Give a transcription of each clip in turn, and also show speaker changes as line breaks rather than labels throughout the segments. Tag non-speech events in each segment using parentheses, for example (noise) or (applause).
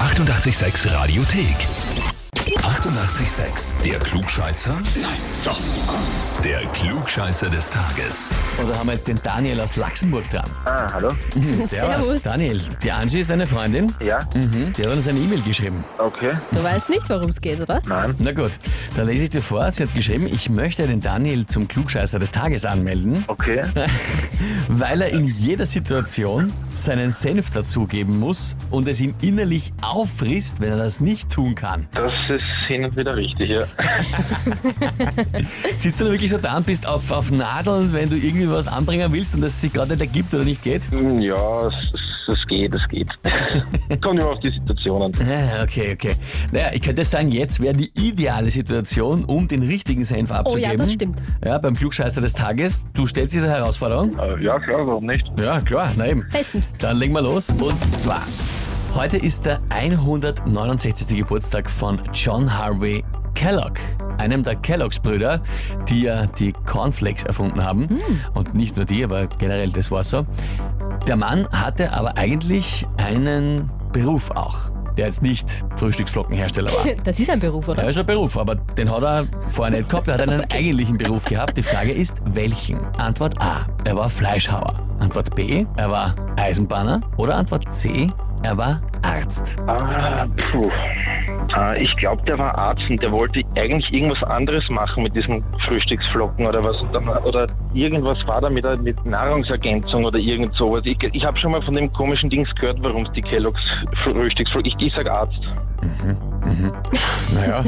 886 Radiothek. 88,6. Der Klugscheißer? Nein, doch. Der Klugscheißer des Tages.
Und da Also haben wir jetzt den Daniel aus Luxemburg dran.
Ah, hallo?
Servus. Daniel, die Angie ist deine Freundin.
Ja?
Mhm. Die hat uns eine E-Mail geschrieben.
Okay.
Du weißt nicht, worum es geht, oder?
Nein.
Na gut, dann lese ich dir vor. Sie hat geschrieben, ich möchte den Daniel zum Klugscheißer des Tages anmelden, (laughs)
Okay.
weil er in jeder Situation seinen Senf dazugeben muss und es ihn innerlich auffrisst, wenn er das nicht tun kann.
Das ist hin und wieder richtig, ja.
Sitzt du da wirklich so da und bist auf, auf Nadeln, wenn du irgendwie was anbringen willst und es sich gerade nicht ergibt oder nicht geht?
Hm, Ja, es, es, es geht, es (laughs) geht. Kommt immer auf die Situation an.
Ah, (laughs) Okay, okay. Naja, ich könnte sagen, jetzt wäre die ideale Situation, um den richtigen Senf abzugeben.
Oh ja, das stimmt.
Ja, beim Klugscheißer des Tages. Du stellst diese Herausforderung?
Äh, Ja, klar, warum nicht?
Ja, klar, na eben.
Bestens.
Dann legen wir los. Und zwar, heute ist der 169. Geburtstag von John Harvey Kellogg, einem der Kelloggs-Brüder, die ja die Cornflakes erfunden haben.
Hm.
Und nicht nur die, aber generell das war so. Der Mann hatte aber eigentlich einen Beruf auch, der jetzt nicht Frühstücksflockenhersteller war.
Das ist ein Beruf,
Er
oder?
ist ein Beruf, aber den hat er vorher nicht gehabt. Er hat einen eigentlichen Beruf gehabt. Die Frage ist, welchen? Antwort A. Er war Fleischhauer. Antwort B. Er war Eisenbahner. Oder Antwort C. Er war Arzt.
Ah, puh. Ah, Ich glaube, der war Arzt und der wollte eigentlich irgendwas anderes machen mit diesen Frühstücksflocken oder was. Oder irgendwas war da mit, mit Nahrungsergänzung oder irgend sowas. Ich, ich habe schon mal von dem komischen Dings gehört, warum es die Kelloggs Frühstücksflocken... Ich, ich sag Arzt.
(laughs) Naja,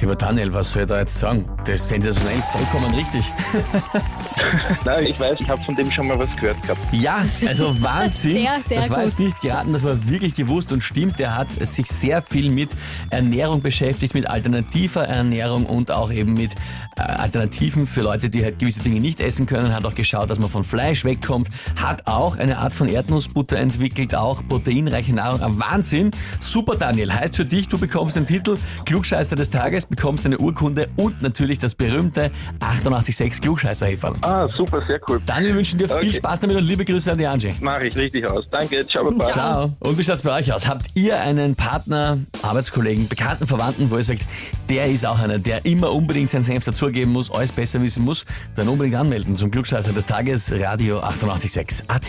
lieber Daniel, was soll ich da jetzt sagen? Das ist sensationell vollkommen richtig.
Nein, ich weiß, ich habe von dem schon mal was gehört gehabt.
Ja,
(laughs)
also Wahnsinn.
Sehr, sehr
das war
gut.
jetzt nicht geraten, das war wirklich gewusst und stimmt. Er hat sich sehr viel mit Ernährung beschäftigt, mit alternativer Ernährung und auch eben mit äh, Alternativen für Leute, die halt gewisse Dinge nicht essen können. Hat auch geschaut, dass man von Fleisch wegkommt. Hat auch eine Art von Erdnussbutter entwickelt, auch proteinreiche Nahrung. Ein Wahnsinn. Super, Daniel. Heißt für dich, du bekommst den Titel Klugscheißer des Tages, bekommst eine Urkunde und natürlich das berühmte 886 klugscheißer -Häferl.
Ah, super, sehr cool.
Daniel, wünschen dir viel
Okay.
Spaß damit und liebe Grüße an die Angie.
Mache ich richtig aus. Danke, ciao, baba.
Ciao. Und wie schaut's bei euch aus? Habt ihr einen Partner, Arbeitskollegen, bekannten Verwandten, wo ihr sagt, der ist auch einer, der immer unbedingt seinen Senf dazugeben muss, alles besser wissen muss? Dann unbedingt anmelden zum Glückscheißer des Tages, Radio 886 AT.